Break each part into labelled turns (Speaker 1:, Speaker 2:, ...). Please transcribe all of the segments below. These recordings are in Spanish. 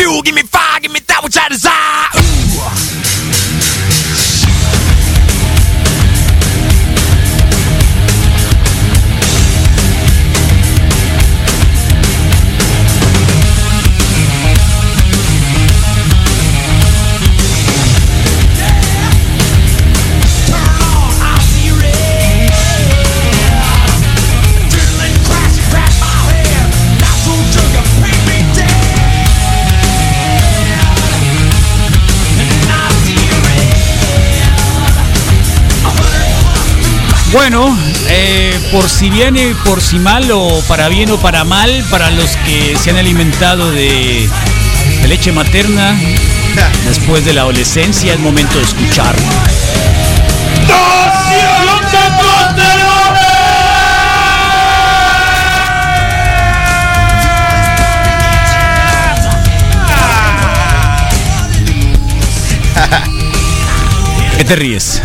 Speaker 1: Ooh, give me fire, give me that which I desire.
Speaker 2: Bueno, eh, por si bien, eh, por si mal o para bien o para mal, para los que se han alimentado de, de leche materna después de la adolescencia, es momento de escuchar. ¿Qué te ríes?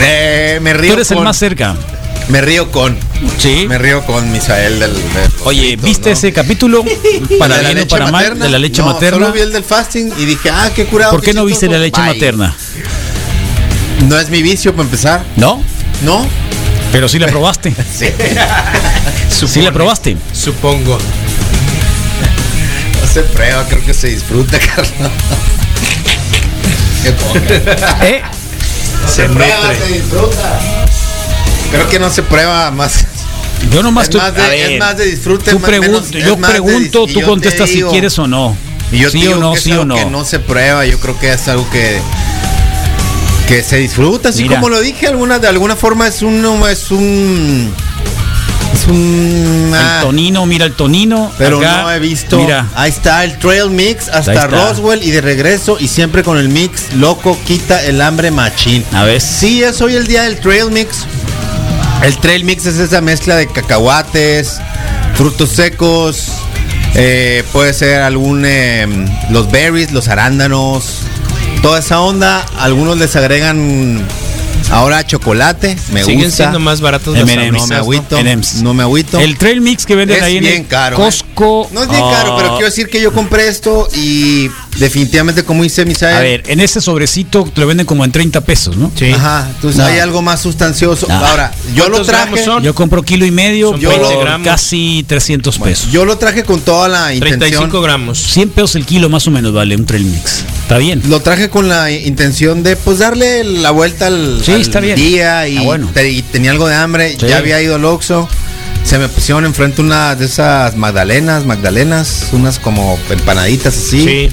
Speaker 3: Eh, me
Speaker 2: Tú
Speaker 3: río
Speaker 2: eres
Speaker 3: con.
Speaker 2: el más cerca.
Speaker 3: Me río con.
Speaker 2: Sí.
Speaker 3: Me río con Misael del. del
Speaker 2: Oye,
Speaker 3: Fosfito,
Speaker 2: ¿viste
Speaker 3: ¿no?
Speaker 2: ese capítulo? Para
Speaker 3: ¿De la
Speaker 2: bien o
Speaker 3: leche
Speaker 2: para mal,
Speaker 3: materna?
Speaker 2: de la leche
Speaker 3: No,
Speaker 2: materna.
Speaker 3: Solo vi el del fasting y dije, ah, qué curado.
Speaker 2: ¿Por qué no viste la
Speaker 3: chistoso.
Speaker 2: leche
Speaker 3: Bye.
Speaker 2: materna?
Speaker 3: No es mi vicio para empezar.
Speaker 2: ¿No?
Speaker 3: ¿No?
Speaker 2: Pero sí la probaste.
Speaker 3: Sí.
Speaker 2: Sí la probaste.
Speaker 4: Supongo.
Speaker 3: No se prueba, creo que se disfruta, Carlos. qué poca.
Speaker 2: ¿Eh?
Speaker 3: Se prueba, se disfruta. Creo que no se prueba más.
Speaker 2: Yo nomás
Speaker 3: Es
Speaker 2: tú-
Speaker 3: más de-
Speaker 2: a ver,
Speaker 3: es más de disfrute,
Speaker 2: tú
Speaker 3: más- menos-
Speaker 2: pregun-
Speaker 3: es
Speaker 2: yo
Speaker 3: más de
Speaker 2: pregunto,
Speaker 3: dis-
Speaker 2: tú
Speaker 3: y yo te
Speaker 2: contestas si
Speaker 3: digo-
Speaker 2: quieres o no.
Speaker 3: Y yo te
Speaker 2: sí
Speaker 3: digo
Speaker 2: o no,
Speaker 3: que es
Speaker 2: sí o
Speaker 3: algo
Speaker 2: no.
Speaker 3: que no se prueba, yo creo que es algo que que se disfruta, así
Speaker 2: Mira.
Speaker 3: como lo dije, alguna de alguna forma es un es un es un ah,
Speaker 2: El tonino, mira el tonino.
Speaker 3: pero
Speaker 2: acá,
Speaker 3: no he visto.
Speaker 2: Mira,
Speaker 3: Ahí está el trail mix
Speaker 2: Ahí
Speaker 3: hasta
Speaker 2: está.
Speaker 3: Roswell y de regreso y siempre con el mix loco quita el hambre machín.
Speaker 2: a ver.
Speaker 3: Sí, es hoy el día del trail mix. El trail mix es esa mezcla de cacahuates, frutos secos, eh, puede ser algún eh, los berries, los arándanos, toda esa onda. Algunos les agregan ahora chocolate. Me
Speaker 4: Siguen
Speaker 3: gusta.
Speaker 4: siendo más baratos los
Speaker 2: M&M's,
Speaker 3: no me
Speaker 4: ¿no?
Speaker 3: agüito.
Speaker 2: M&M's.
Speaker 3: No me agüito.
Speaker 2: El trail mix que venden
Speaker 3: Es
Speaker 2: ahí en
Speaker 3: bien
Speaker 2: el
Speaker 3: caro, ¿eh?
Speaker 2: Costco.
Speaker 3: No es bien caro, pero
Speaker 4: Oh.
Speaker 2: ah,
Speaker 3: quiero decir que yo compré esto y definitivamente como hice Misael.
Speaker 2: A ver, en ese sobrecito te lo venden como en 30 pesos, ¿no?
Speaker 4: Sí.
Speaker 3: Ajá,
Speaker 2: eh,
Speaker 3: entonces
Speaker 2: No. Ah.
Speaker 3: hay algo más sustancioso.
Speaker 2: No.
Speaker 3: Ahora, yo lo
Speaker 4: ¿Cuántos gramos
Speaker 3: traje.
Speaker 4: son?
Speaker 2: Yo compro kilo y medio
Speaker 4: Son
Speaker 2: por
Speaker 3: 20
Speaker 4: gramos.
Speaker 2: casi 300 pesos.
Speaker 3: Yo lo traje con toda la intención.
Speaker 4: 35 gramos.
Speaker 2: 100 pesos el kilo más o menos vale un trail mix. Está bien.
Speaker 3: Lo traje con la intención de pues darle la vuelta al,
Speaker 2: Sí,
Speaker 3: al
Speaker 2: está bien.
Speaker 3: día y,
Speaker 2: Ah, bueno.
Speaker 3: te- y tenía algo de hambre.
Speaker 2: Sí.
Speaker 3: Ya había ido al Oxxo. Se me pusieron enfrente una de esas magdalenas, magdalenas, unas como empanaditas así.
Speaker 4: Sí.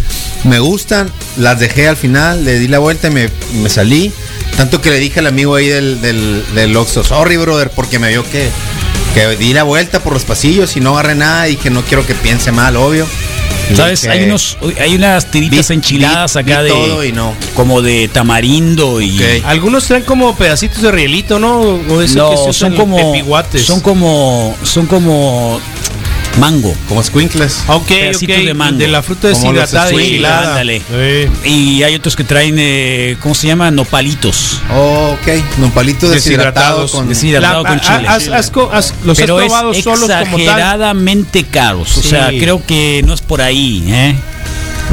Speaker 3: Me gustan, las dejé al final, le di la vuelta y me, me salí. Tanto que le dije al amigo ahí del, del, del Oxxo, sorry brother, porque me vio que, que di la vuelta por los pasillos y no agarré nada y que no quiero que piense mal, obvio. Y
Speaker 2: ¿Sabes?
Speaker 3: que-
Speaker 2: Hay unos hay unas tiritas
Speaker 3: Vi-
Speaker 2: enchiladas
Speaker 3: vi-
Speaker 2: acá
Speaker 3: vi
Speaker 2: de
Speaker 3: todo y no.
Speaker 2: como de tamarindo y
Speaker 3: Ok.
Speaker 4: Algunos traen como pedacitos de rielito, ¿no? O eso que se
Speaker 2: no,
Speaker 4: usan
Speaker 2: son
Speaker 4: en
Speaker 2: como
Speaker 4: pepiguates.
Speaker 2: son como son como mango.
Speaker 3: Como squinkles.
Speaker 4: Ah, ok,
Speaker 2: pedacitos
Speaker 4: ok,
Speaker 2: de mango.
Speaker 4: la fruta
Speaker 3: Como los
Speaker 4: deshidratada y
Speaker 3: squinkles.
Speaker 4: helada.
Speaker 2: Ándale.
Speaker 4: Eh,
Speaker 2: Y hay otros que traen eh, ¿cómo se llama? nopalitos.
Speaker 3: Oh, ok. Un palito deshidratado
Speaker 4: Deshidratados.
Speaker 3: con
Speaker 2: Deshidratado. Hidratado
Speaker 4: La-
Speaker 2: con
Speaker 4: a-
Speaker 2: chile.
Speaker 4: haz- haz co- haz- los
Speaker 2: Pero
Speaker 4: has
Speaker 2: es
Speaker 4: probado solos como tal.
Speaker 2: exageradamente caros. O
Speaker 4: Sí.
Speaker 2: sea, creo que no es por ahí, ¿eh?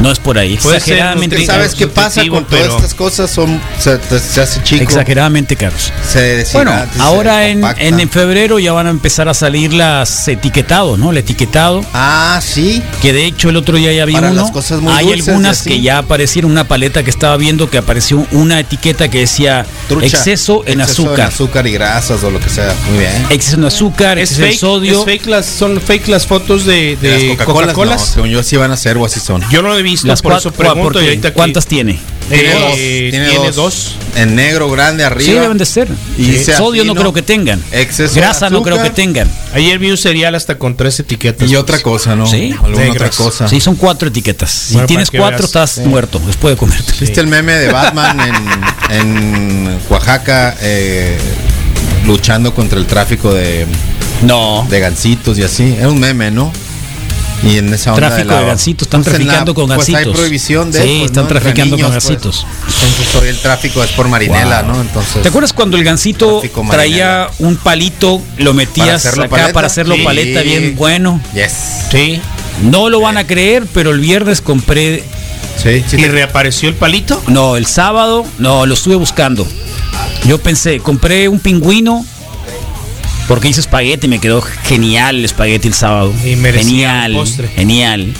Speaker 2: No es por ahí.
Speaker 4: Puede ser,
Speaker 2: Exageradamente
Speaker 3: Usted
Speaker 4: Rico,
Speaker 3: sabes
Speaker 2: caros.
Speaker 3: qué pasa
Speaker 4: sustantivo,
Speaker 3: con
Speaker 4: pero-
Speaker 3: todas estas cosas, son se, te- se hace chico.
Speaker 2: Exageradamente caros.
Speaker 3: Se
Speaker 2: Bueno,
Speaker 3: deshidrata, se
Speaker 2: ahora en,
Speaker 3: compacta.
Speaker 2: en, en febrero ya van a empezar a salir las etiquetado, ¿no? El etiquetado.
Speaker 3: Ah, sí.
Speaker 2: Que de hecho el otro día ya vi
Speaker 3: Para
Speaker 2: uno.
Speaker 3: las cosas muy
Speaker 2: Hay
Speaker 3: dulces y
Speaker 2: algunas
Speaker 3: así.
Speaker 2: que ya aparecieron, una paleta que estaba viendo que apareció una etiqueta que decía
Speaker 3: Trucha.
Speaker 2: exceso en
Speaker 3: Exceso
Speaker 2: azúcar.
Speaker 3: azúcar y grasas o lo que sea. Muy bien.
Speaker 2: Exceso en azúcar,
Speaker 4: Es
Speaker 2: exceso en
Speaker 4: fake,
Speaker 2: sodio.
Speaker 4: es fake las, son fake las fotos de,
Speaker 3: De
Speaker 4: de
Speaker 3: las
Speaker 4: Coca-Colas.
Speaker 3: Coca-Colas, no, según yo sí van a ser o así son.
Speaker 4: Yo no lo he visto,
Speaker 2: Las
Speaker 4: por
Speaker 2: cua-
Speaker 4: eso
Speaker 2: cua-
Speaker 4: pregunto.
Speaker 2: porque-
Speaker 4: y ahorita que-
Speaker 2: ¿Cuántas tiene?
Speaker 4: Eh,
Speaker 3: dos,
Speaker 4: tiene dos.
Speaker 3: En negro grande arriba.
Speaker 2: Sí, deben de ser. Y
Speaker 3: Dice
Speaker 2: sodio
Speaker 3: así,
Speaker 2: no
Speaker 3: ¿no?
Speaker 2: creo que tengan.
Speaker 3: Exceso de
Speaker 2: Grasa no creo que
Speaker 3: azúcar.
Speaker 2: tengan.
Speaker 4: Ayer vi un cereal hasta con tres etiquetas.
Speaker 3: Y otra cosa, ¿no?
Speaker 2: Sí.
Speaker 3: Alguna otra
Speaker 4: Negras.
Speaker 3: cosa.
Speaker 2: Sí, son cuatro etiquetas. Si
Speaker 4: Bueno,
Speaker 2: tienes
Speaker 4: para que
Speaker 2: cuatro,
Speaker 4: veas.
Speaker 2: estás muerto después de comerte.
Speaker 3: ¿Viste el meme de Batman en, en Oaxaca eh, luchando contra el tráfico de,
Speaker 2: No.
Speaker 3: de gansitos y así? Era un meme, ¿no? Y en esa onda
Speaker 2: Tráfico
Speaker 3: la-
Speaker 2: de gansitos, están
Speaker 3: pues en la-
Speaker 2: traficando con
Speaker 3: pues
Speaker 2: gansitos.
Speaker 3: hay prohibición de
Speaker 2: Sí,
Speaker 3: pues,
Speaker 2: están
Speaker 3: ¿no? Entre
Speaker 2: traficando con
Speaker 3: niños, pues.
Speaker 2: gansitos.
Speaker 3: Entonces hoy el tráfico es por marinela,
Speaker 2: Wow.
Speaker 3: ¿no? Entonces
Speaker 2: ¿Te acuerdas cuando el gancito
Speaker 3: Pues, Tráfico
Speaker 2: traía
Speaker 3: marinero.
Speaker 2: un palito, lo metías
Speaker 3: hacerlo
Speaker 2: acá
Speaker 3: paleta?
Speaker 2: para hacerlo
Speaker 3: Sí.
Speaker 2: paleta bien bueno?
Speaker 3: Yes.
Speaker 4: Sí.
Speaker 2: No lo van a creer, pero el viernes compré
Speaker 3: Sí, sí
Speaker 4: ¿Y
Speaker 3: te-
Speaker 4: reapareció el palito?
Speaker 2: No, el sábado, no, lo estuve buscando. Yo pensé, compré un pingüino porque hice espagueti, me quedó genial el espagueti el sábado.
Speaker 4: Y merecía
Speaker 2: genial,
Speaker 4: un postre.
Speaker 2: genial.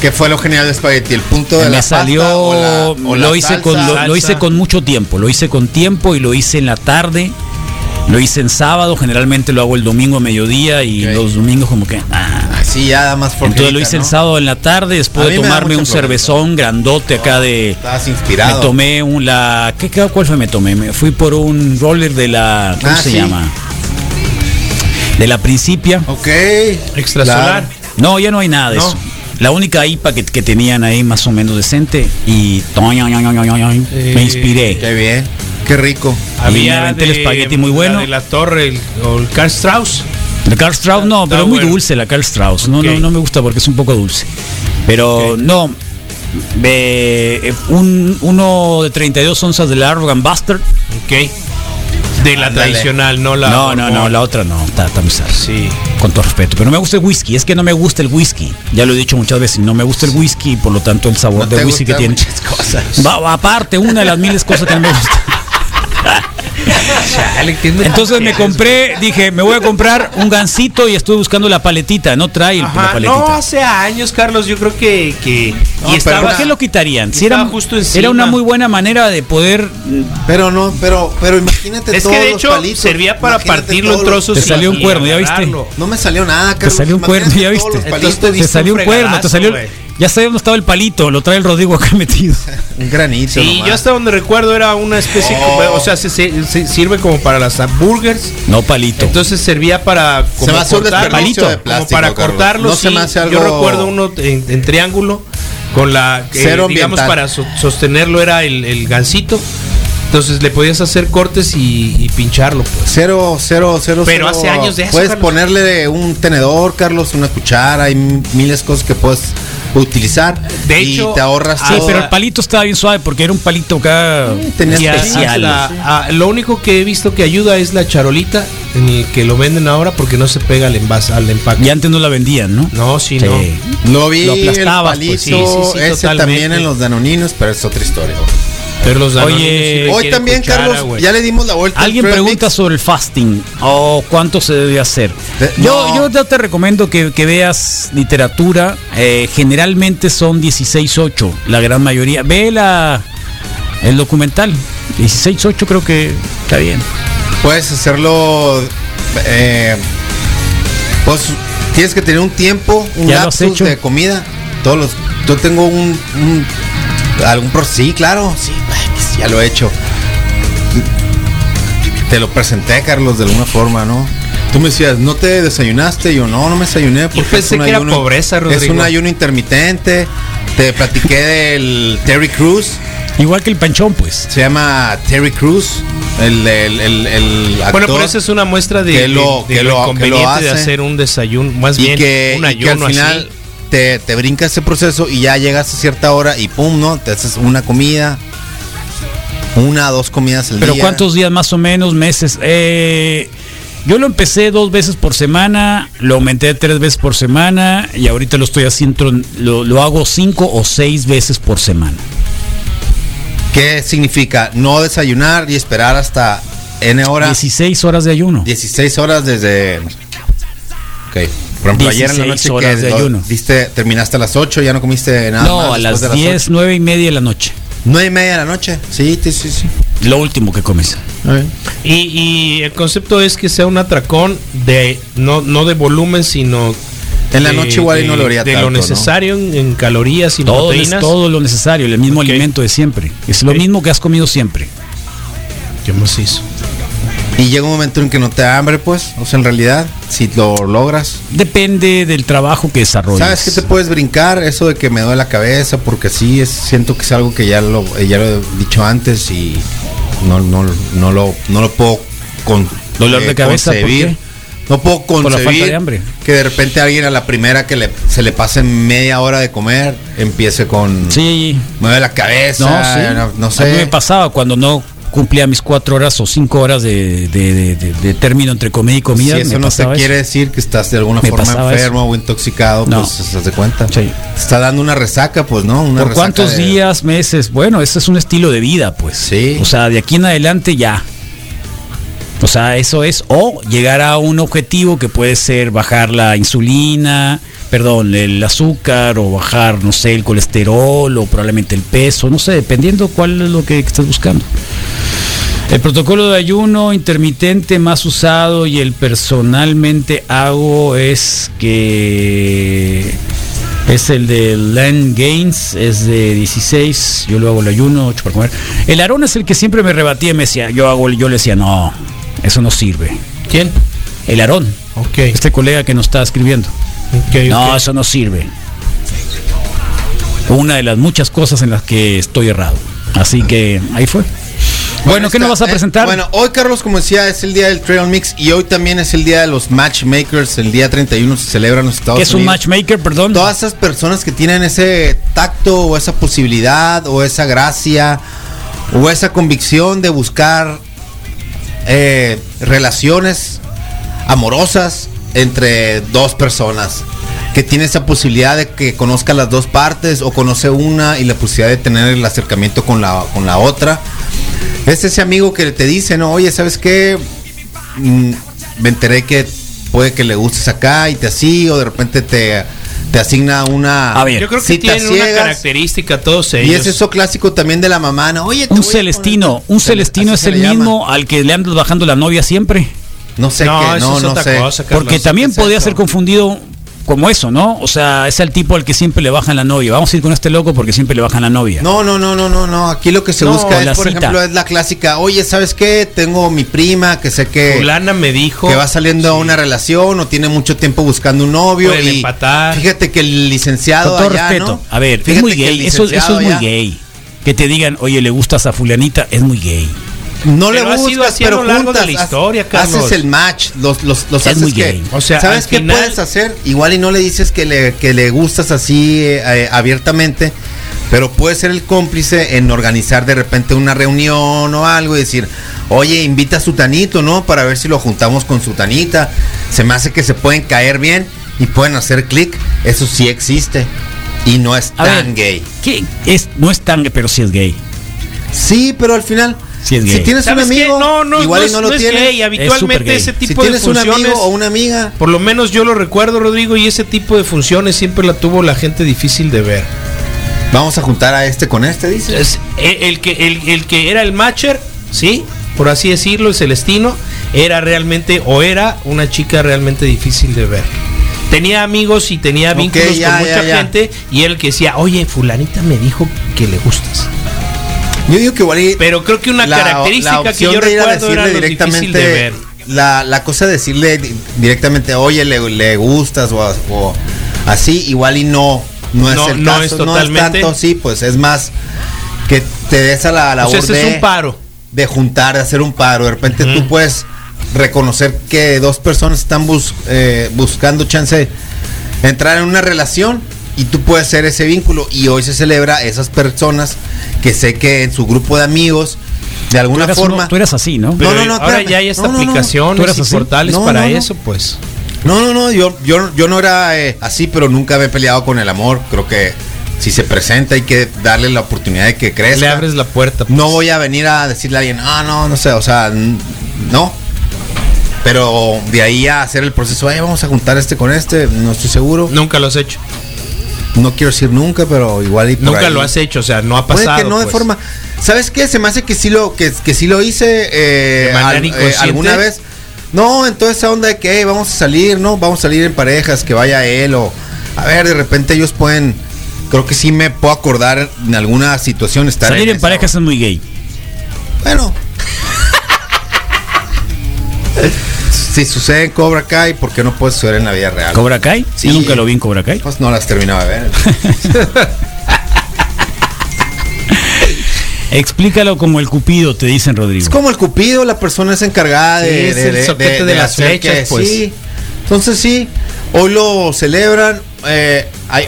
Speaker 3: ¿Qué fue lo genial de espagueti? ¿El punto de
Speaker 2: me
Speaker 3: la
Speaker 2: salió,
Speaker 3: pasta o la- o la
Speaker 2: lo hice con
Speaker 3: salsa?
Speaker 2: lo, lo hice
Speaker 4: salsa.
Speaker 2: con mucho tiempo, lo hice con tiempo y lo hice en la tarde. Lo hice en sábado, generalmente lo hago el domingo a mediodía y
Speaker 3: Ok.
Speaker 2: los domingos como que ah,
Speaker 3: Así ya da más fortuna.
Speaker 2: Entonces lo hice el sábado en la tarde, después
Speaker 3: A
Speaker 2: de
Speaker 3: mí me da
Speaker 2: tomarme
Speaker 3: mucha
Speaker 2: un
Speaker 3: flojera.
Speaker 2: cervezón grandote acá de.
Speaker 3: Estabas inspirado.
Speaker 2: Me tomé un la. ¿qué, qué- ¿Cuál fue me tomé? Me fui por un roller de la. ¿Cómo
Speaker 3: Ah,
Speaker 2: se
Speaker 3: sí.
Speaker 2: llama? De la Principia.
Speaker 3: Ok.
Speaker 4: Extrasolar.
Speaker 2: No, ya no hay nada de
Speaker 4: No.
Speaker 2: eso. La única IPA que, que tenían ahí más o menos decente y me
Speaker 4: Eh,
Speaker 2: inspiré.
Speaker 3: Qué bien. Qué rico.
Speaker 2: Y me aventé el
Speaker 4: de-
Speaker 2: espagueti muy bueno.
Speaker 4: La de la torre, el, o el Karl Strauss.
Speaker 2: La Karl Strauss no,
Speaker 4: Está
Speaker 2: pero muy
Speaker 4: bueno.
Speaker 2: dulce la Karl Strauss. No,
Speaker 4: Ok.
Speaker 2: no, no me gusta porque es un poco dulce. Pero
Speaker 4: Ok.
Speaker 2: no, eh, un, uno de 32 onzas de la Arrogant Buster.
Speaker 4: Ok. De la
Speaker 3: Ándale.
Speaker 4: tradicional, no la.
Speaker 2: no, no, no, la otra no, está, está muy sad.
Speaker 4: Sí.
Speaker 2: Con todo respeto, pero me gusta el whisky, es que no me gusta el whisky. Ya lo he dicho muchas veces, no me gusta el whisky y por lo tanto el sabor
Speaker 3: No
Speaker 2: de
Speaker 3: te
Speaker 2: whisky que
Speaker 3: gustan
Speaker 2: tiene.
Speaker 3: muchas cosas.
Speaker 2: Va- aparte, una de las miles cosas que no me gusta. Entonces me compré, dije, me voy a comprar un gansito y estuve buscando la paletita, no trae el- la
Speaker 4: Ajá,
Speaker 2: paletita.
Speaker 4: no, hace años, Carlos, yo creo que. que
Speaker 3: No,
Speaker 4: y estaba.
Speaker 2: ¿Para qué lo quitarían? Si era,
Speaker 4: Estaba justo encima.
Speaker 2: era una muy buena manera de poder.
Speaker 3: Pero no, pero, pero imagínate
Speaker 4: Es
Speaker 3: todos
Speaker 4: que de
Speaker 3: los
Speaker 4: hecho
Speaker 3: palitos,
Speaker 4: servía para
Speaker 3: imagínate
Speaker 4: partirlo en
Speaker 3: todos los-
Speaker 4: trozos.
Speaker 2: Te salió
Speaker 4: y-
Speaker 2: un cuerno, ¿ya viste?
Speaker 4: agarrarlo.
Speaker 3: No me salió nada,
Speaker 2: Te
Speaker 3: Carlos.
Speaker 2: salió un cuerno,
Speaker 3: Imagínate
Speaker 2: ya
Speaker 3: todos
Speaker 2: viste.
Speaker 3: los
Speaker 4: Entonces
Speaker 3: palitos.
Speaker 4: diste
Speaker 2: Te salió un
Speaker 4: un
Speaker 2: cuerno, te salió.
Speaker 4: fregadazo,
Speaker 2: Ya sabía dónde estaba el palito, lo trae el Rodrigo acá metido.
Speaker 3: Un granito.
Speaker 4: Sí,
Speaker 3: nomás.
Speaker 4: yo hasta donde recuerdo era una especie,
Speaker 3: Oh.
Speaker 4: como- o sea, se, se- se sirve como para las hamburguesas.
Speaker 2: No palito.
Speaker 4: Entonces servía para como
Speaker 3: Se me hace un
Speaker 4: cortarlo,
Speaker 3: desperdicio de
Speaker 4: como
Speaker 3: plástico,
Speaker 4: para
Speaker 3: Carlos.
Speaker 4: cortarlo.
Speaker 3: No se
Speaker 4: sí.
Speaker 3: me hace algo-
Speaker 4: Yo recuerdo uno en, en triángulo con la eh,
Speaker 3: Cero
Speaker 4: digamos
Speaker 3: ambiental.
Speaker 4: para so- sostenerlo era el, el gansito. Entonces le podías hacer cortes y, y pincharlo. Pues.
Speaker 3: Cero, cero, cero.
Speaker 4: Pero
Speaker 3: cero.
Speaker 4: hace años de eso,
Speaker 3: Puedes
Speaker 4: Carlos.
Speaker 3: ponerle un tenedor, Carlos, una cuchara, hay m- miles de cosas que puedes utilizar.
Speaker 4: De
Speaker 3: y
Speaker 4: hecho, ah,
Speaker 3: te ahorras
Speaker 2: Sí,
Speaker 4: ahora-
Speaker 3: todo.
Speaker 2: pero el palito estaba bien suave porque era un palito acá.
Speaker 3: Tenías
Speaker 4: Y
Speaker 2: Ah,
Speaker 4: a-
Speaker 2: especial.
Speaker 4: hasta- a- ah, lo único que he visto que ayuda es la charolita en el que lo venden ahora porque no se pega al envase, al empaque.
Speaker 2: Y antes no la vendían, ¿no?
Speaker 4: No, sí,
Speaker 2: Sí.
Speaker 4: no.
Speaker 3: Lo vi,
Speaker 2: Lo aplastabas,
Speaker 3: el palito,
Speaker 2: pues, sí,
Speaker 4: sí, sí,
Speaker 3: ese
Speaker 4: totalmente.
Speaker 3: también en los danoninos, pero es otra historia.
Speaker 4: Pero los Danoninos
Speaker 2: Oye,
Speaker 4: sí
Speaker 2: Eh,
Speaker 3: Hoy
Speaker 4: requieren
Speaker 3: también,
Speaker 4: cuchara,
Speaker 3: Carlos,
Speaker 4: güey.
Speaker 3: ya le dimos la vuelta. al
Speaker 2: Alguien
Speaker 3: trail
Speaker 2: pregunta
Speaker 3: mix.
Speaker 2: sobre el fasting o cuánto se debe hacer.
Speaker 3: De-
Speaker 2: yo,
Speaker 3: no.
Speaker 2: yo ya te recomiendo que, que veas literatura. eh, generalmente son 16-8, la gran mayoría. Ve la, el documental. 16-8 creo que está bien.
Speaker 3: Puedes hacerlo. eh, pues tienes que tener un tiempo, un
Speaker 2: ¿Ya lo has
Speaker 3: lapsus
Speaker 2: hecho?
Speaker 3: de comida. Todos los, yo tengo un, un- algún pro, sí, claro, sí, pues, ya lo he hecho. Te lo presenté, Carlos, de alguna forma, ¿no? Tú me decías, ¿no te desayunaste? Y Yo no, no me desayuné porque
Speaker 4: pensé que era pobreza,
Speaker 3: Es
Speaker 4: Rodrigo.
Speaker 3: un ayuno intermitente. Te platiqué del Terry Cruz.
Speaker 2: Igual que el panchón, pues.
Speaker 3: Se llama Terry Cruz, el, el, el, el actor.
Speaker 4: Bueno, pero esa es una muestra de,
Speaker 3: que lo-
Speaker 4: de- de
Speaker 3: que
Speaker 4: lo
Speaker 3: lo- que lo
Speaker 4: inconveniente de
Speaker 3: hace.
Speaker 4: hacer un desayuno, más
Speaker 3: y
Speaker 4: bien
Speaker 3: que,
Speaker 4: un
Speaker 3: y que
Speaker 4: ayuno
Speaker 3: al final
Speaker 4: así.
Speaker 3: te, te brinca ese proceso y ya llegas a cierta hora y pum, ¿no? Te haces una comida, una, dos comidas al
Speaker 2: Pero
Speaker 3: día.
Speaker 2: ¿cuántos días más o menos, meses? Eh, yo lo empecé dos veces por semana, lo aumenté tres veces por semana y ahorita lo estoy haciendo, lo, lo hago cinco o seis veces por semana.
Speaker 3: ¿Qué significa? No desayunar y esperar hasta N horas,
Speaker 2: 16 horas de ayuno.
Speaker 3: 16 horas desde... Ok. Por ejemplo, ayer en la
Speaker 2: 16
Speaker 3: noche
Speaker 2: horas
Speaker 3: que
Speaker 2: de ayuno.
Speaker 3: diste- terminaste a las 8, ya no comiste nada
Speaker 2: no,
Speaker 3: más
Speaker 2: a
Speaker 3: después de
Speaker 2: las 10, 9 y media de la noche.
Speaker 3: 9 y media de la noche. Sí, sí, sí. sí.
Speaker 2: Lo último que comes.
Speaker 4: Y, y el concepto es que sea un atracón de no no de volumen, sino
Speaker 3: En la
Speaker 4: de-
Speaker 3: noche igual y
Speaker 4: de-
Speaker 3: no lo haría
Speaker 4: de
Speaker 3: tanto,
Speaker 4: lo
Speaker 3: ¿no?
Speaker 4: necesario en, en calorías y
Speaker 2: Todo, es,
Speaker 4: proteínas.
Speaker 2: todo lo necesario, el mismo
Speaker 4: Ok.
Speaker 2: alimento de siempre. Es
Speaker 4: Ok.
Speaker 2: lo mismo que has comido siempre.
Speaker 4: ¿Qué más hizo?
Speaker 3: Y llega un momento en que no te da hambre, pues. O sea, en realidad, si lo logras,
Speaker 2: Depende del trabajo que desarrolles.
Speaker 3: ¿Sabes qué te puedes brincar? Eso de que me duele la cabeza, porque sí, es, siento que es algo que ya lo, eh, ya lo he dicho antes y no, no, no, lo, no lo puedo con, eh,
Speaker 2: ¿Dolor de cabeza, por qué?
Speaker 3: No puedo concebir
Speaker 2: la falta de hambre.
Speaker 3: que de repente alguien a la primera que le, se le pase media hora de comer empiece con...
Speaker 2: Sí,
Speaker 3: Me duele la
Speaker 2: No,
Speaker 3: cabeza,
Speaker 2: sí.
Speaker 3: no, no
Speaker 2: A mí me
Speaker 3: sé.
Speaker 2: pasaba cuando no cumplía mis cuatro horas o cinco horas de, de- de- de- de término entre comida y comida.
Speaker 3: si eso
Speaker 2: me
Speaker 3: no se
Speaker 2: pasaba
Speaker 3: quiere decir que estás de alguna
Speaker 2: Me
Speaker 3: forma
Speaker 2: pasaba
Speaker 3: enfermo o intoxicado,
Speaker 2: No.
Speaker 3: pues se hace cuenta.
Speaker 2: Sí.
Speaker 3: Te Está dando una resaca, pues, ¿no? Una
Speaker 2: ¿Por
Speaker 3: resaca
Speaker 2: cuántos
Speaker 3: de-
Speaker 2: días, meses? Bueno, ese es un estilo de vida, pues.
Speaker 3: Sí.
Speaker 2: O sea, de aquí en adelante ya. O sea, eso es. O llegar a un objetivo que puede ser bajar la insulina, perdón, el azúcar, o bajar, no sé, el colesterol, o probablemente el peso, no sé, dependiendo cuál es lo que estás buscando. El protocolo de ayuno intermitente más usado y el personalmente hago es que es el de Len Gaines, es de 16, yo lo hago el ayuno, 8 para comer. El Aarón es el que siempre me rebatía y me decía, yo hago, el- yo le decía, no, eso no sirve.
Speaker 4: ¿Quién?
Speaker 2: El Aarón,
Speaker 4: Ok.
Speaker 2: este colega que nos está escribiendo,
Speaker 4: ok,
Speaker 2: no,
Speaker 4: ok.
Speaker 2: eso no sirve. Una de las muchas cosas en las que estoy errado. Así que ahí fue. Bueno, ¿qué
Speaker 3: esta-
Speaker 2: nos vas a
Speaker 3: eh,
Speaker 2: presentar?
Speaker 3: bueno, hoy, Carlos, como decía, es el día del Trail Mix y hoy también es el día de los matchmakers. El día 31 se celebra en los Estados
Speaker 2: ¿Qué es un
Speaker 3: Unidos.
Speaker 2: matchmaker, perdón?
Speaker 3: Todas esas personas que tienen ese tacto o esa posibilidad o esa gracia o esa convicción de buscar eh, relaciones amorosas entre dos personas. Que tiene esa posibilidad de que conozca las dos partes o conoce una y la posibilidad de tener el acercamiento con la, con la otra. Es ese amigo que te dice, no, oye, ¿sabes qué? Mm, me enteré que puede que le gustes acá y te así, o de repente te, te asigna una
Speaker 2: A ver,
Speaker 4: Yo creo que
Speaker 3: cita
Speaker 4: tienen una
Speaker 3: ciegas.
Speaker 4: característica todos
Speaker 3: y
Speaker 4: ellos.
Speaker 3: es eso clásico también de la mamá, ¿no? Oye, te
Speaker 2: Un
Speaker 3: voy a poner-
Speaker 2: Celestino, un
Speaker 3: Cel-
Speaker 2: Celestino
Speaker 3: así
Speaker 2: es
Speaker 3: se
Speaker 2: el
Speaker 3: le llama.
Speaker 2: mismo al que le andas bajando la novia siempre.
Speaker 3: No sé
Speaker 4: No,
Speaker 3: qué,
Speaker 4: eso
Speaker 3: no,
Speaker 4: es
Speaker 3: no
Speaker 4: otra
Speaker 3: sé.
Speaker 4: cosa, Carlos.
Speaker 2: Porque también
Speaker 3: ¿qué es
Speaker 2: podía
Speaker 3: eso?
Speaker 2: ser confundido como eso, ¿no? O sea, es el tipo al que siempre le bajan la novia. Vamos a ir con este loco porque siempre le bajan la novia.
Speaker 3: No, no, no, no, no, no. Aquí lo que se
Speaker 2: No,
Speaker 3: busca
Speaker 2: la
Speaker 3: es, por
Speaker 2: cita.
Speaker 3: ejemplo, es la clásica. Oye, ¿sabes qué? Tengo mi prima que sé que,
Speaker 4: Fulana me dijo.
Speaker 3: que va saliendo a una relación o tiene mucho tiempo buscando un novio.
Speaker 4: Pueden
Speaker 3: y
Speaker 4: empatar.
Speaker 3: Fíjate que el licenciado.
Speaker 2: Con todo
Speaker 3: allá,
Speaker 2: respeto.
Speaker 3: ¿no?
Speaker 2: A ver,
Speaker 3: Fíjate
Speaker 2: es muy
Speaker 3: que el
Speaker 2: gay. Eso, eso es
Speaker 3: licenciado
Speaker 2: muy
Speaker 3: allá-
Speaker 2: gay. Que te digan, oye, le gustas a fulanita, es muy gay.
Speaker 3: No le
Speaker 4: Pero ha sido
Speaker 3: buscas,
Speaker 4: así a lo
Speaker 3: pero
Speaker 4: largo de
Speaker 3: juntas,
Speaker 4: la
Speaker 3: ha-
Speaker 4: historia, Carlos.
Speaker 3: haces el match, los, los, los
Speaker 2: Es
Speaker 3: haces
Speaker 2: muy
Speaker 3: que,
Speaker 2: gay.
Speaker 4: O sea,
Speaker 3: ¿sabes
Speaker 4: al
Speaker 3: qué
Speaker 4: final-
Speaker 3: puedes hacer? Igual y no le dices que le, que le gustas así eh, eh, abiertamente, pero puedes ser el cómplice en organizar de repente una reunión o algo y decir, oye, invita a Sutanito, ¿no? Para ver si lo juntamos con Sutanita. Se me hace que se pueden caer bien y pueden hacer clic. Eso sí existe. Y no es
Speaker 2: A ver,
Speaker 3: tan gay.
Speaker 2: ¿qué? Es, no es tan gay, pero sí es gay.
Speaker 3: Sí, pero al final,
Speaker 2: Sí es
Speaker 3: si
Speaker 2: gay.
Speaker 3: tienes un
Speaker 4: ¿Sabes qué?
Speaker 3: amigo,
Speaker 4: No, no,
Speaker 3: igual
Speaker 4: no,
Speaker 3: y
Speaker 4: es-
Speaker 3: no lo
Speaker 4: no es
Speaker 3: tienes.
Speaker 4: gay. Habitualmente
Speaker 2: supergay.
Speaker 4: ese tipo
Speaker 3: si
Speaker 4: de
Speaker 3: tienes un amigo
Speaker 4: funciones-
Speaker 3: o una amiga,
Speaker 4: Por lo menos yo lo recuerdo, Rodrigo, y ese tipo de funciones siempre la tuvo la gente difícil de ver.
Speaker 3: vamos a juntar a este con este, dice.
Speaker 4: Es- e- el, que, el, el que era el matcher, ¿sí? Por así decirlo, el Celestino, era realmente o era una chica realmente difícil de ver. Tenía amigos y tenía
Speaker 3: Ok,
Speaker 4: vínculos
Speaker 3: ya,
Speaker 4: con
Speaker 3: ya,
Speaker 4: mucha
Speaker 3: ya.
Speaker 4: gente y él que decía, oye, fulanita me dijo que le gustas.
Speaker 3: Yo digo que igual y
Speaker 4: Pero creo que una
Speaker 3: la- la
Speaker 4: característica que
Speaker 3: opción
Speaker 4: yo
Speaker 3: de ir a
Speaker 4: recuerdo era
Speaker 3: decirle
Speaker 4: lo difícil de ver.
Speaker 3: La, la cosa de decirle di- directamente, oye, le, le gustas o, o así, igual y no, no es
Speaker 4: No,
Speaker 3: el
Speaker 4: no
Speaker 3: caso,
Speaker 4: es
Speaker 3: no es
Speaker 4: totalmente.
Speaker 3: tanto, sí, pues es más que te des a la
Speaker 4: O
Speaker 3: labor
Speaker 4: sea, ese
Speaker 3: de-
Speaker 4: es un paro.
Speaker 3: de juntar, de hacer un paro. De repente tú puedes reconocer que dos personas están bus- eh, buscando chance de entrar en una relación y tú puedes hacer ese vínculo. Y hoy se celebra esas personas que sé que en su grupo de amigos, de
Speaker 2: Tú
Speaker 3: alguna
Speaker 2: eras
Speaker 3: forma.
Speaker 2: uno- tú eras así, ¿no?
Speaker 4: Pero
Speaker 3: no, no,
Speaker 4: ahora
Speaker 3: espérame.
Speaker 4: ya hay esta
Speaker 3: No, no, no.
Speaker 2: ¿Tú
Speaker 4: aplicaciones
Speaker 2: eras
Speaker 4: y
Speaker 2: así?
Speaker 4: portales
Speaker 3: No,
Speaker 4: para
Speaker 3: no, no.
Speaker 4: eso, pues.
Speaker 3: No, no, no, yo, yo, yo no era eh, así, pero nunca me he peleado con el amor. Creo que si se presenta hay que darle la oportunidad de que crezca.
Speaker 4: Le abres la puerta.
Speaker 3: No
Speaker 4: pues.
Speaker 3: voy a venir a decirle a alguien, ah, no, no sé, o sea, n- no. Pero de ahí a hacer el proceso, "Ay, vamos a juntar este con este, no estoy seguro. No,
Speaker 4: Nunca lo has hecho.
Speaker 3: quiero decir nunca, pero igual y por
Speaker 4: Nunca
Speaker 3: ahí.
Speaker 4: lo has hecho, o sea, no ha
Speaker 3: Puede
Speaker 4: pasado.
Speaker 3: que no de
Speaker 4: pues.
Speaker 3: forma. ¿Sabes qué? Se me hace que sí lo, que, que sí lo hice eh,
Speaker 4: ¿De manera
Speaker 3: al- eh,
Speaker 4: inconsciente?
Speaker 3: alguna vez. No, entonces esa onda de que "Hey, vamos a salir, ¿no? Vamos a salir en parejas, que vaya él o... A ver, de repente ellos pueden... Creo que sí me puedo acordar en alguna situación estar
Speaker 2: Salir en
Speaker 3: esa-
Speaker 2: parejas es muy gay.
Speaker 3: bueno. si sucede en Cobra Kai, ¿por qué no puede suceder en la vida real?
Speaker 2: ¿Cobra Kai?
Speaker 3: Sí.
Speaker 2: Yo nunca lo vi en Cobra Kai.
Speaker 3: Pues no las terminaba de ver.
Speaker 2: Explícalo como el cupido, te dicen, Rodrigo.
Speaker 3: es como el cupido, la persona es encargada
Speaker 4: Sí,
Speaker 3: de,
Speaker 4: es el soquete de las
Speaker 3: hacer
Speaker 4: flechas, pues.
Speaker 3: Sí. Entonces sí, hoy lo celebran. eh, hay,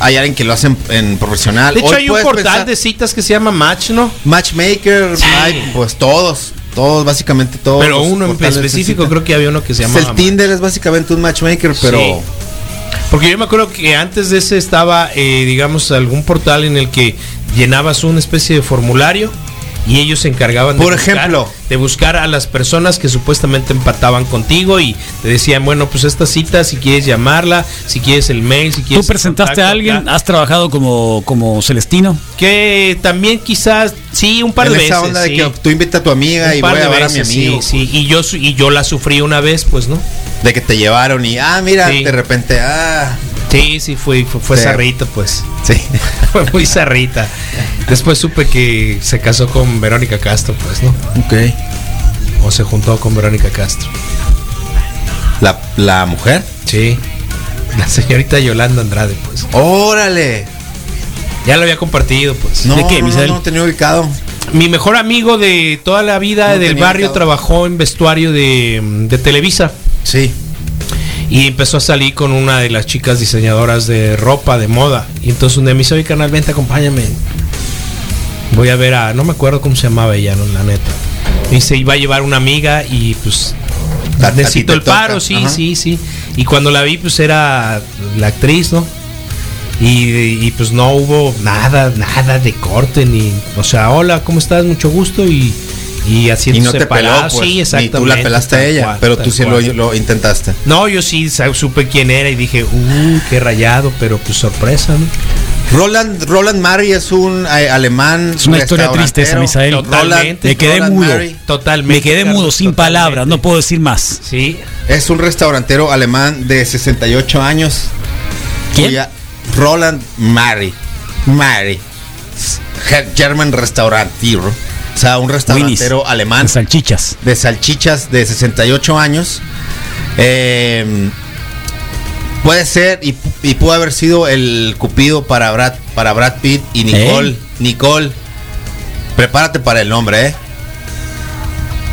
Speaker 3: Hay alguien que lo hace en, en profesional.
Speaker 4: De hecho,
Speaker 3: Hoy
Speaker 4: hay un
Speaker 3: puedes
Speaker 4: portal
Speaker 3: pensar-
Speaker 4: de citas que se llama Match, ¿no?
Speaker 3: Matchmaker, hay, pues todos, todos, básicamente todos.
Speaker 4: Pero
Speaker 3: los
Speaker 4: uno en
Speaker 3: Oh, pues, portales
Speaker 4: específico
Speaker 3: necesitan.
Speaker 4: creo que había uno que se llamaba
Speaker 3: Es el Tinder es básicamente un matchmaker, pero
Speaker 4: Sí. Porque yo me acuerdo que antes de ese estaba, eh, digamos, algún portal en el que llenabas una especie de formulario y ellos se encargaban
Speaker 3: Por
Speaker 4: de, buscar-
Speaker 3: ejemplo.
Speaker 4: de buscar a las personas que supuestamente empataban contigo y te decían, bueno, pues esta cita, si quieres llamarla, si quieres el mail, si
Speaker 2: ¿Tú
Speaker 4: quieres... el
Speaker 2: presentaste
Speaker 4: contacto
Speaker 2: a
Speaker 4: acá.
Speaker 2: alguien? ¿Has trabajado como, como Celestino?
Speaker 4: Que también quizás, sí, un par
Speaker 3: en
Speaker 4: de
Speaker 3: esa
Speaker 4: veces.
Speaker 3: onda
Speaker 4: sí.
Speaker 3: de que tú invita a tu amiga
Speaker 4: Un
Speaker 3: y voy
Speaker 4: par
Speaker 3: a
Speaker 4: de
Speaker 3: llevar a mi
Speaker 4: veces, sí,
Speaker 3: amigo. pues.
Speaker 4: sí. Y yo, su- y yo la sufrí una vez, pues, ¿no?
Speaker 3: De que te llevaron y, ah, mira,
Speaker 4: Sí.
Speaker 3: de repente, ah,
Speaker 4: Sí, sí, fue, fue, fue
Speaker 3: Sí.
Speaker 4: zarrita, pues.
Speaker 3: sí.
Speaker 4: Fue muy zarrita. Después supe que se casó con Verónica Castro, pues, ¿no?
Speaker 3: Ok.
Speaker 4: O se juntó con Verónica Castro.
Speaker 3: La, la mujer.
Speaker 4: Sí. La señorita Yolanda Andrade, pues.
Speaker 3: Órale.
Speaker 4: Ya lo había compartido, pues.
Speaker 3: No,
Speaker 2: ¿De qué,
Speaker 3: no, no,
Speaker 2: Misael?
Speaker 3: no tenía ubicado.
Speaker 4: Mi mejor amigo de toda la vida
Speaker 3: No
Speaker 4: del
Speaker 3: tenía
Speaker 4: barrio
Speaker 3: ubicado.
Speaker 4: trabajó en vestuario de, de Televisa.
Speaker 3: Sí.
Speaker 4: Y empezó a salir con una de las chicas diseñadoras de ropa, de moda. Y entonces un día me dice, oye, canal, vente, acompáñame. Voy a ver a... No me acuerdo cómo se llamaba ella, no, la neta. Me dice, iba a llevar una amiga y pues...
Speaker 3: A- a ti
Speaker 4: necesito
Speaker 3: te
Speaker 4: el paro,
Speaker 3: toca,
Speaker 4: sí,
Speaker 3: ajá.
Speaker 4: sí, sí. Y cuando la vi, pues era la actriz, ¿no? Y, y, pues no hubo nada, nada de corte, ni... O sea, hola, ¿cómo estás? Mucho gusto y... Y
Speaker 3: Y
Speaker 4: haciéndose
Speaker 3: no te peló,
Speaker 4: pelado.
Speaker 3: pues,
Speaker 4: sí,
Speaker 3: ni
Speaker 4: exactamente.
Speaker 3: tú la pelaste a
Speaker 4: tal
Speaker 3: ella,
Speaker 4: cual,
Speaker 3: pero
Speaker 4: tal
Speaker 3: tú sí lo,
Speaker 4: cual.
Speaker 3: lo intentaste.
Speaker 4: No, yo sí sa- supe quién era y dije, uh, qué rayado, pero pues sorpresa, ¿no?
Speaker 3: Roland, Roland Murray es un eh, alemán.
Speaker 2: Es una historia triste esa,
Speaker 3: restaurantero.
Speaker 2: Misael.
Speaker 4: Totalmente.
Speaker 2: Me quedé
Speaker 3: Roland
Speaker 2: mudo.
Speaker 3: Murray.
Speaker 4: Totalmente.
Speaker 2: Me quedé mudo,
Speaker 4: Carlos,
Speaker 2: sin
Speaker 4: totalmente.
Speaker 2: palabras, no puedo decir más.
Speaker 4: Sí.
Speaker 3: Es un restaurantero alemán de 68 años.
Speaker 2: ¿Quién?
Speaker 3: Cuya- Roland Murray. Murray. Ge- German Restaurantero. O sea, un restaurantero
Speaker 2: Winnie's.
Speaker 3: alemán
Speaker 2: Con salchichas.
Speaker 3: de salchichas de 68 años. Eh, puede ser y, y pudo haber sido el cupido para Brad, para Brad Pitt y Nicole.
Speaker 2: ¿Eh?
Speaker 3: Nicole, prepárate para el nombre, ¿eh?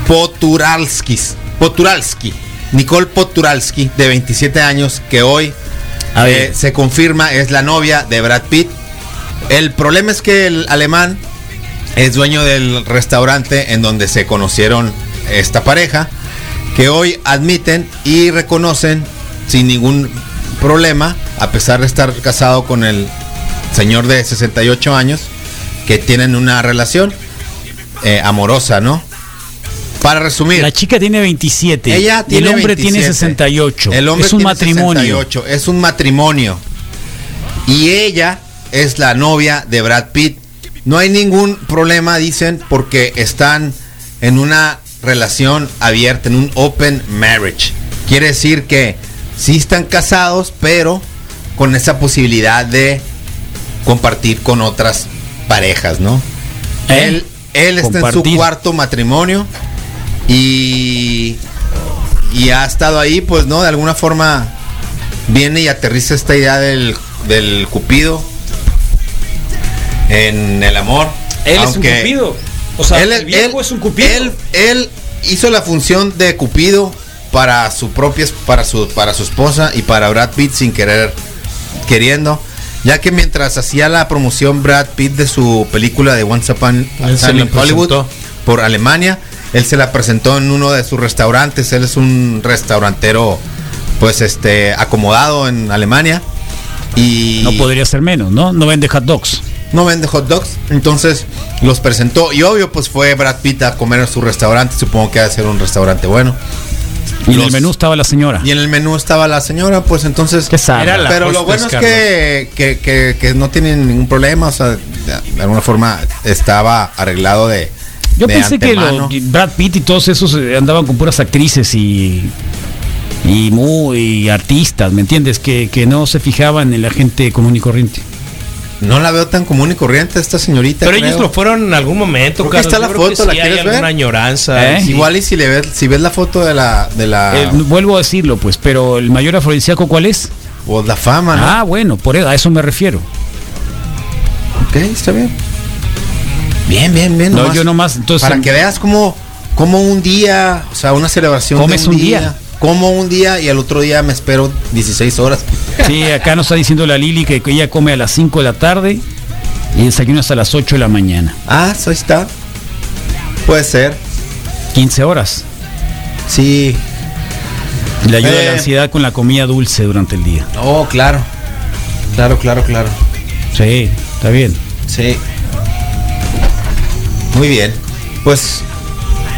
Speaker 3: Poturalskis. Poturalski. Nicole Poturalski, de 27 años, que hoy
Speaker 2: A
Speaker 3: eh,
Speaker 2: ver.
Speaker 3: se confirma es la novia de Brad Pitt. El problema es que el alemán es dueño del restaurante en donde se conocieron esta pareja, que hoy admiten y reconocen sin ningún problema, a pesar de estar casado con el señor de 68 años, que tienen una relación eh, amorosa, ¿no? Para resumir,
Speaker 2: La chica tiene 27
Speaker 3: ella tiene
Speaker 2: y el hombre
Speaker 3: 27.
Speaker 2: tiene 68.
Speaker 3: El hombre
Speaker 2: es un
Speaker 3: tiene
Speaker 2: matrimonio.
Speaker 3: 68, es un matrimonio. Y ella es la novia de Brad Pitt. No hay ningún problema, dicen, porque están en una relación abierta, en un open marriage. Quiere decir que sí están casados, pero con esa posibilidad de compartir con otras parejas, ¿no?
Speaker 2: ¿Eh?
Speaker 3: Él, él está en
Speaker 2: Compartir.
Speaker 3: su cuarto matrimonio y, y ha estado ahí, pues, ¿no? De alguna forma viene y aterriza esta idea del, del cupido en el amor. Aunque
Speaker 2: O
Speaker 3: él, él- Él, él hizo la función de cupido para su propia, para su, para su esposa y para Brad Pitt sin querer, queriendo. Ya que mientras hacía la promoción Brad Pitt de su película de Once Upon a
Speaker 4: Él se
Speaker 3: Time
Speaker 4: la
Speaker 3: in Hollywood
Speaker 4: presentó.
Speaker 3: por Alemania, él se la presentó en uno de sus restaurantes. Él es un restaurantero, pues, este, acomodado en Alemania. Y
Speaker 2: No podría ser menos, ¿no? No vende hot dogs.
Speaker 3: no vende hot dogs. Entonces los presentó. Y obvio, pues fue Brad Pitt a comer en su restaurante. Supongo que va a ser un restaurante bueno.
Speaker 2: Y en
Speaker 3: Los-
Speaker 2: el menú estaba la señora.
Speaker 3: Y en el menú estaba la señora, pues entonces.
Speaker 2: Qué sabia.
Speaker 4: Era la
Speaker 3: pero lo
Speaker 4: hostess,
Speaker 3: bueno es que, que, que- que no tienen ningún problema. O sea, de, de alguna forma estaba arreglado de.
Speaker 2: Yo
Speaker 3: de
Speaker 2: pensé que
Speaker 3: antemano.
Speaker 2: los- Brad Pitt y todos esos eh, andaban con puras actrices y y muy artistas, ¿me entiendes? Que, que no se fijaban en la gente común y corriente.
Speaker 3: No la veo tan común y corriente esta señorita.
Speaker 4: Pero
Speaker 3: creo.
Speaker 4: ellos lo fueron en algún momento,
Speaker 3: Creo que está
Speaker 4: Yo
Speaker 3: la
Speaker 4: creo
Speaker 3: foto, ¿la
Speaker 4: hay
Speaker 3: quieres ver?
Speaker 4: alguna añoranza.
Speaker 2: ¿Eh?
Speaker 4: sí.
Speaker 3: Igual y si le ves, si ves la foto de la de la,
Speaker 2: Eh, vuelvo a decirlo, pues, pero el mayor afrodisíaco, ¿cuál es?
Speaker 3: o la fama, ¿no?
Speaker 2: Ah, bueno, por eso, a eso me refiero.
Speaker 3: Ok, está bien. Bien, bien, bien.
Speaker 2: No, yo nomás, entonces-
Speaker 3: para que veas cómo, cómo un día, o sea, una celebración.
Speaker 2: Comes un día.
Speaker 3: Como un día y al otro día me espero 16 horas.
Speaker 2: Sí, acá nos está diciendo la Lili que que ella come a las 5 de la tarde y desayuna hasta las 8 de la mañana.
Speaker 3: Ah, ahí está. Puede ser.
Speaker 2: 15 horas.
Speaker 3: Sí.
Speaker 2: Le ayuda a la
Speaker 3: Eh.
Speaker 2: ansiedad con la comida dulce durante el día.
Speaker 3: Oh, claro. Claro, claro, claro.
Speaker 2: Sí, está bien.
Speaker 3: Sí. Muy bien. Pues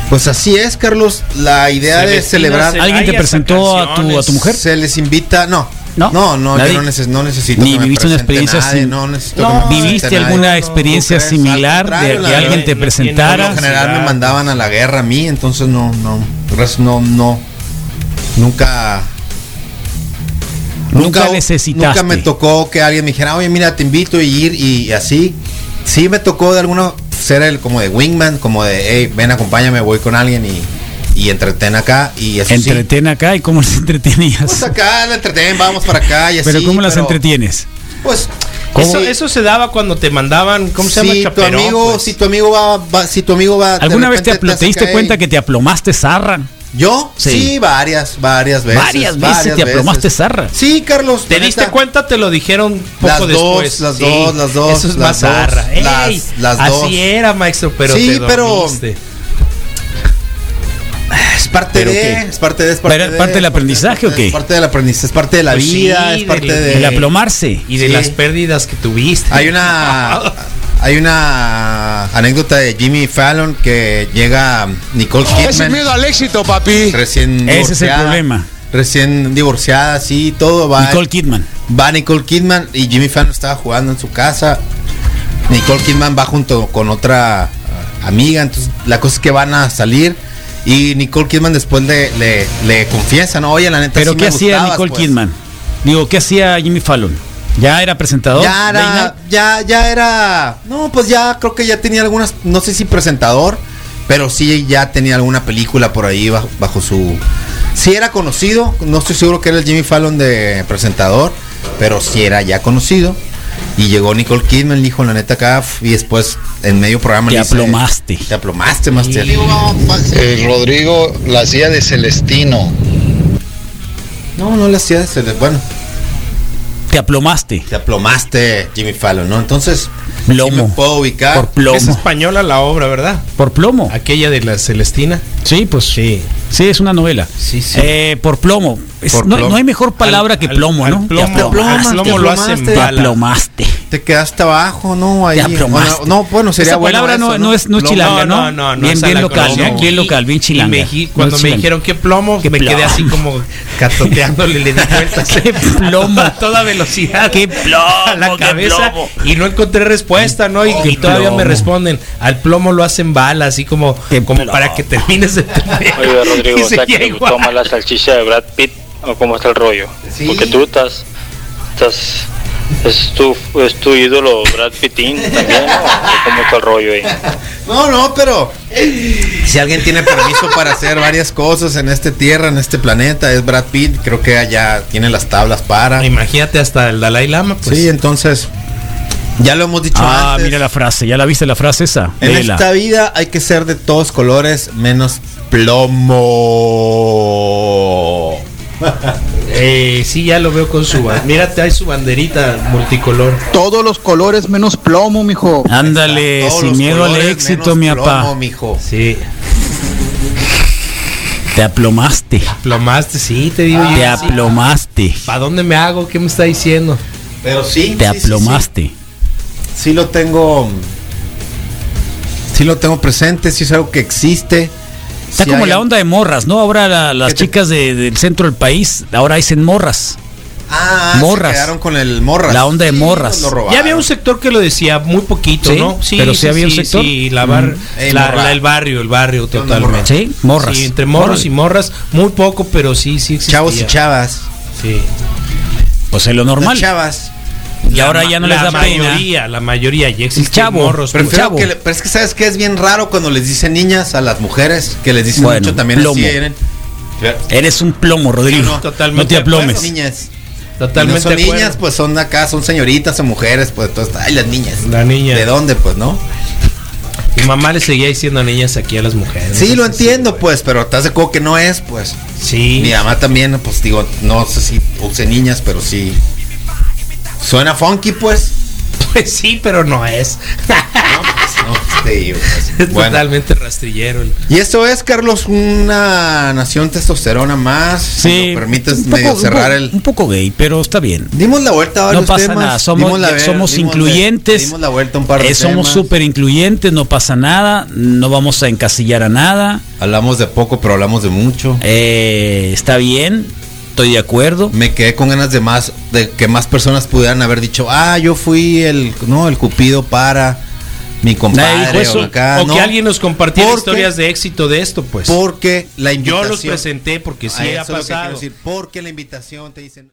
Speaker 3: pues así es, Carlos. La idea
Speaker 4: Se
Speaker 3: de
Speaker 4: les-
Speaker 3: celebrar
Speaker 4: se-
Speaker 2: ¿Alguien
Speaker 4: Hay
Speaker 2: te
Speaker 4: hasta
Speaker 2: presentó a tu, a tu
Speaker 4: canciones.
Speaker 2: mujer?
Speaker 3: se les invita, no.
Speaker 2: No.
Speaker 3: no, no,
Speaker 2: Nadie.
Speaker 3: yo no, neces- no necesito
Speaker 2: Ni
Speaker 3: que me
Speaker 2: viviste una
Speaker 3: presente
Speaker 2: experiencia
Speaker 3: nadie,
Speaker 2: sin-
Speaker 3: no necesito
Speaker 4: No,
Speaker 3: que me
Speaker 2: ¿Viviste
Speaker 3: presente
Speaker 2: alguna
Speaker 3: nadie.
Speaker 2: experiencia
Speaker 3: ¿Tú crees? Al
Speaker 2: similar de
Speaker 3: contrario,
Speaker 2: que
Speaker 3: la
Speaker 2: alguien
Speaker 3: verdad,
Speaker 2: te
Speaker 4: no entiendo.
Speaker 2: presentara?
Speaker 3: Por lo general me mandaban a la guerra a mí, entonces no, no, res- no, no, nunca,
Speaker 2: Nunca necesitaste.
Speaker 3: nunca me tocó que alguien me dijera, oye, mira, te invito a ir y así. Sí me tocó de alguna ser el como de wingman, como de, hey, ven, acompáñame, voy con alguien y, y entreten acá y eso sí.
Speaker 2: Entretén acá y cómo las
Speaker 3: Pues
Speaker 2: entretenías.
Speaker 3: acá, la entreten, vamos para acá y así.
Speaker 2: Pero cómo las
Speaker 3: pero,
Speaker 2: entretienes.
Speaker 3: Pues,
Speaker 4: Eso,
Speaker 3: sí.
Speaker 4: eso se daba cuando te mandaban, ¿cómo se llama?
Speaker 3: si tu
Speaker 4: Chaperón,
Speaker 3: amigo,
Speaker 4: pues.
Speaker 3: si tu amigo va, va- si tu amigo va, de
Speaker 2: ¿Alguna vez te,
Speaker 3: repente
Speaker 2: apl-
Speaker 3: hace
Speaker 2: te diste
Speaker 3: caer
Speaker 2: cuenta
Speaker 3: y-
Speaker 2: que te aplomaste zarra?
Speaker 3: ¿Yo?
Speaker 2: Sí.
Speaker 3: Sí, varias, varias veces.
Speaker 2: Varias veces te aplomaste zarra.
Speaker 3: Sí, Carlos.
Speaker 4: ¿Te
Speaker 3: la
Speaker 4: diste
Speaker 3: neta,
Speaker 4: cuenta? Te lo dijeron poco
Speaker 3: Las dos,
Speaker 4: después.
Speaker 3: las dos, las dos,
Speaker 4: Eso es
Speaker 3: las
Speaker 4: más
Speaker 3: dos,
Speaker 4: zarra.
Speaker 3: las-
Speaker 4: Ey,
Speaker 3: las
Speaker 4: así
Speaker 3: dos.
Speaker 4: era, maestro, pero
Speaker 3: Sí,
Speaker 4: te
Speaker 3: pero-
Speaker 4: dormiste.
Speaker 3: Es parte
Speaker 2: ¿Pero
Speaker 3: de,
Speaker 2: qué?
Speaker 3: es parte de, es parte,
Speaker 2: ¿Pero
Speaker 3: de-
Speaker 2: parte del aprendizaje o qué?
Speaker 3: Es parte del aprendizaje, es parte de la
Speaker 4: Pues sí,
Speaker 3: vida, es
Speaker 4: del-
Speaker 3: parte de.
Speaker 2: El aplomarse.
Speaker 4: Y de
Speaker 3: Sí.
Speaker 4: las pérdidas que tuviste.
Speaker 3: Hay una hay una anécdota de Jimmy Fallon que llega Nicole Kidman
Speaker 5: al éxito, papi.
Speaker 3: recién
Speaker 2: Ese es el
Speaker 3: divorciada,
Speaker 2: problema.
Speaker 3: Recién divorciada, sí, todo va.
Speaker 2: Nicole Kidman.
Speaker 3: Va Nicole Kidman y Jimmy Fallon estaba jugando en su casa. Nicole Kidman va junto con otra ah, amiga. Entonces, la cosa es que van a salir. Y Nicole Kidman después le, le, le confiesa, ¿no? Oye, la neta,
Speaker 2: ¿Pero
Speaker 3: sí
Speaker 2: qué
Speaker 3: me
Speaker 2: hacía
Speaker 3: gustabas,
Speaker 2: Nicole
Speaker 3: pues.
Speaker 2: Kidman? Digo, ¿qué hacía Jimmy Fallon? ¿Ya era presentador?
Speaker 3: Ya
Speaker 2: Late
Speaker 3: era,
Speaker 2: night?
Speaker 3: ya, ya era. No, pues ya creo que ya tenía algunas. No sé si presentador, pero sí ya tenía alguna película por ahí bajo, bajo su. Sí era conocido, no estoy seguro que era el Jimmy Fallon de presentador, pero sí era ya conocido. Y llegó Nicole Kidman, le dijo la neta acá, y después en medio programa
Speaker 2: Te
Speaker 3: le dice,
Speaker 2: aplomaste.
Speaker 3: Te aplomaste, Master.
Speaker 6: Eh, Rodrigo la hacía de Celestino.
Speaker 3: No, no le hacía, se le- bueno,
Speaker 2: Te aplomaste.
Speaker 3: te aplomaste, Jimmy Fallon, ¿no? Entonces, sí
Speaker 2: Lomo.
Speaker 3: me puedo ubicar.
Speaker 2: Por
Speaker 4: Es
Speaker 2: plomo.
Speaker 4: española la obra, ¿verdad?
Speaker 2: Por plomo.
Speaker 4: Aquella de la Celestina.
Speaker 2: Sí, pues sí. Sí, es una novela.
Speaker 4: Sí, sí.
Speaker 2: Eh, por plomo. Es-
Speaker 3: Por
Speaker 2: no,
Speaker 3: plomo.
Speaker 2: no hay mejor palabra
Speaker 4: Al-
Speaker 2: que
Speaker 4: al-
Speaker 2: plomo, Ah,
Speaker 4: al
Speaker 2: ¿no?
Speaker 4: plomo.
Speaker 2: Te aplomaste.
Speaker 4: Al plomo lo hacen
Speaker 2: Te
Speaker 4: bala.
Speaker 2: aplomaste.
Speaker 3: Te quedaste abajo, ¿no? Ahí.
Speaker 2: Te aplomaste.
Speaker 3: Bueno, no, bueno, sería
Speaker 2: Esa
Speaker 3: bueno
Speaker 2: palabra
Speaker 3: eso,
Speaker 2: no, no es no es
Speaker 3: Plomo.
Speaker 2: chilanga, ¿no? Bien,
Speaker 4: esa
Speaker 2: bien
Speaker 4: la
Speaker 2: local,
Speaker 4: conocí
Speaker 2: ¿no?
Speaker 4: aquí.
Speaker 2: Bien local, bien
Speaker 4: Y
Speaker 2: chilanga.
Speaker 4: me di- cuando
Speaker 2: No es
Speaker 4: me
Speaker 2: chilanga.
Speaker 4: dijeron que plomo,
Speaker 2: Qué
Speaker 4: me quedé
Speaker 2: plomo.
Speaker 4: así como catoteándole, le di vueltas.
Speaker 2: Qué plomo.
Speaker 4: A toda velocidad.
Speaker 2: Qué plomo,
Speaker 4: A la
Speaker 2: qué
Speaker 4: cabeza.
Speaker 2: plomo.
Speaker 4: Y no encontré respuesta, ¿no? Y,
Speaker 2: Qué
Speaker 4: y todavía
Speaker 2: plomo.
Speaker 4: me responden. Al plomo lo hacen bala, así como,
Speaker 2: Qué
Speaker 4: como
Speaker 2: plomo.
Speaker 4: para que termines de
Speaker 7: Oye, Rodrigo,
Speaker 4: Y
Speaker 7: o sea, que
Speaker 4: seguía
Speaker 7: te
Speaker 4: igual.
Speaker 7: gustó más la salchicha de Brad Pitt o cómo está el rollo.
Speaker 3: Sí.
Speaker 7: Porque tú estás. estás es, tu, es tu ídolo Brad Pittin también, ¿no? ¿O ¿Cómo está el rollo ahí?
Speaker 3: No, no, pero si alguien tiene permiso para hacer varias cosas en esta tierra, en este planeta, es Brad Pitt. Creo que allá tiene las tablas para.
Speaker 4: Imagínate hasta el Dalai Lama, pues.
Speaker 3: Sí, entonces, ya lo hemos dicho
Speaker 2: Ah,
Speaker 3: antes.
Speaker 2: mira la frase. ¿Ya la viste la frase esa?
Speaker 3: en
Speaker 2: Léela.
Speaker 3: esta vida hay que ser de todos colores menos plomo.
Speaker 4: Eh, sí, ya lo veo con su bandera. Mira, trae su banderita multicolor.
Speaker 5: Todos los colores menos plomo, mijo.
Speaker 2: Ándale,
Speaker 3: Todos
Speaker 2: sin
Speaker 3: los
Speaker 2: miedo al
Speaker 3: colores
Speaker 2: éxito,
Speaker 3: menos
Speaker 2: mi
Speaker 3: plomo,
Speaker 2: papá.
Speaker 3: mijo.
Speaker 4: Sí.
Speaker 2: Te aplomaste.
Speaker 4: Plomaste, sí, te digo.
Speaker 2: Te
Speaker 4: yo, sí.
Speaker 2: aplomaste.
Speaker 4: ¿Para dónde me hago? ¿Qué me está diciendo?
Speaker 3: Pero sí.
Speaker 2: Te
Speaker 3: sí, sí, sí.
Speaker 2: aplomaste.
Speaker 3: sí lo tengo sí lo tengo presente sí es algo que existe
Speaker 2: Está
Speaker 3: Sí
Speaker 2: como
Speaker 3: hay-
Speaker 2: la onda de morras, ¿no? Ahora la- las
Speaker 3: ¿Qué te-
Speaker 2: chicas de- del centro del país, ahora dicen morras.
Speaker 3: ah,
Speaker 2: morras.
Speaker 3: morras quedaron con el morras
Speaker 2: La onda de morras.
Speaker 3: nos lo robaron.
Speaker 4: Ya había un sector que lo decía muy poquito,
Speaker 2: Sí,
Speaker 4: ¿no?
Speaker 2: pero sí había un sector.
Speaker 4: Sí, la bar-
Speaker 2: Mm.
Speaker 3: Ey,
Speaker 4: la-
Speaker 3: morra.
Speaker 4: la- el barrio, el barrio
Speaker 3: ¿Qué onda, morra?
Speaker 4: totalmente.
Speaker 2: Sí, morras.
Speaker 4: Sí, entre morros
Speaker 2: Órale.
Speaker 4: y morras, muy poco, pero sí, sí existía.
Speaker 3: chavos y chavas
Speaker 4: Sí.
Speaker 2: Pues es lo
Speaker 3: Las
Speaker 2: normal.
Speaker 3: chavas
Speaker 2: Y ahora
Speaker 4: ma-
Speaker 2: ya no les da
Speaker 4: La
Speaker 2: pena.
Speaker 4: mayoría, la mayoría ya existen
Speaker 2: chavo.
Speaker 4: morros.
Speaker 2: Pero-
Speaker 4: Pero,
Speaker 3: prefiero
Speaker 2: chavo.
Speaker 3: que le- pero es que sabes que es bien raro cuando les dicen niñas a las mujeres que les dicen
Speaker 2: Bueno,
Speaker 3: mucho también
Speaker 2: plomo.
Speaker 3: así eran.
Speaker 2: Eres un plomo, Rodrigo.
Speaker 4: No, no,
Speaker 2: no
Speaker 4: totalmente
Speaker 2: te
Speaker 4: de acuerdo.
Speaker 2: aplomes.
Speaker 3: niñas
Speaker 4: totalmente
Speaker 3: Y no son
Speaker 4: de acuerdo.
Speaker 3: niñas pues son acá son señoritas o mujeres pues todo está- ay las pues, niñas
Speaker 4: La niña.
Speaker 3: de dónde pues no
Speaker 4: Tu mamá le seguía diciendo niñas aquí a las mujeres.
Speaker 3: Sí, lo
Speaker 4: Entonces,
Speaker 3: entiendo,
Speaker 4: güey.
Speaker 3: pues, pero estás de acuerdo que no es, pues.
Speaker 4: Sí.
Speaker 3: Mi mamá también, pues digo, no sé si use niñas, pero sí. Suena funky, pues.
Speaker 4: Pues sí, pero no es.
Speaker 3: No, te digo,
Speaker 4: Es
Speaker 3: pues. Bueno.
Speaker 4: totalmente rastrillero. el-
Speaker 3: Y eso es, Carlos, una nación testosterona más. Si
Speaker 2: Sí.
Speaker 3: me permites
Speaker 2: un
Speaker 3: medio
Speaker 2: poco- un
Speaker 3: cerrar
Speaker 2: poco-
Speaker 3: el.
Speaker 2: Un poco gay, pero está bien.
Speaker 3: Dimos la vuelta a varios
Speaker 2: No pasa
Speaker 3: temas,
Speaker 2: nada, somos,
Speaker 3: dimos la ver-
Speaker 2: somos
Speaker 3: dimos la-
Speaker 2: incluyentes.
Speaker 3: dimos la vuelta a un par de
Speaker 2: eh, Somos
Speaker 3: temas.
Speaker 2: súper incluyentes, no pasa nada, no vamos a encasillar a nada.
Speaker 3: Hablamos de poco, pero hablamos de mucho.
Speaker 2: eh, está bien, estoy de acuerdo.
Speaker 3: Me quedé con ganas de más, de que más personas pudieran haber dicho, ah, yo fui el, no, el cupido para mi
Speaker 2: Nadie
Speaker 3: compadre
Speaker 2: dijo eso.
Speaker 3: o acá,
Speaker 4: o
Speaker 3: ¿no?
Speaker 4: que alguien nos compartiera
Speaker 3: Porque-
Speaker 4: historias de éxito de esto, pues.
Speaker 3: Porque la
Speaker 4: Yo
Speaker 3: invitación.
Speaker 4: los presenté porque sí
Speaker 3: Ah,
Speaker 4: ha
Speaker 3: eso es lo que quiero
Speaker 4: pasado.
Speaker 3: decir, porque la invitación te dicen.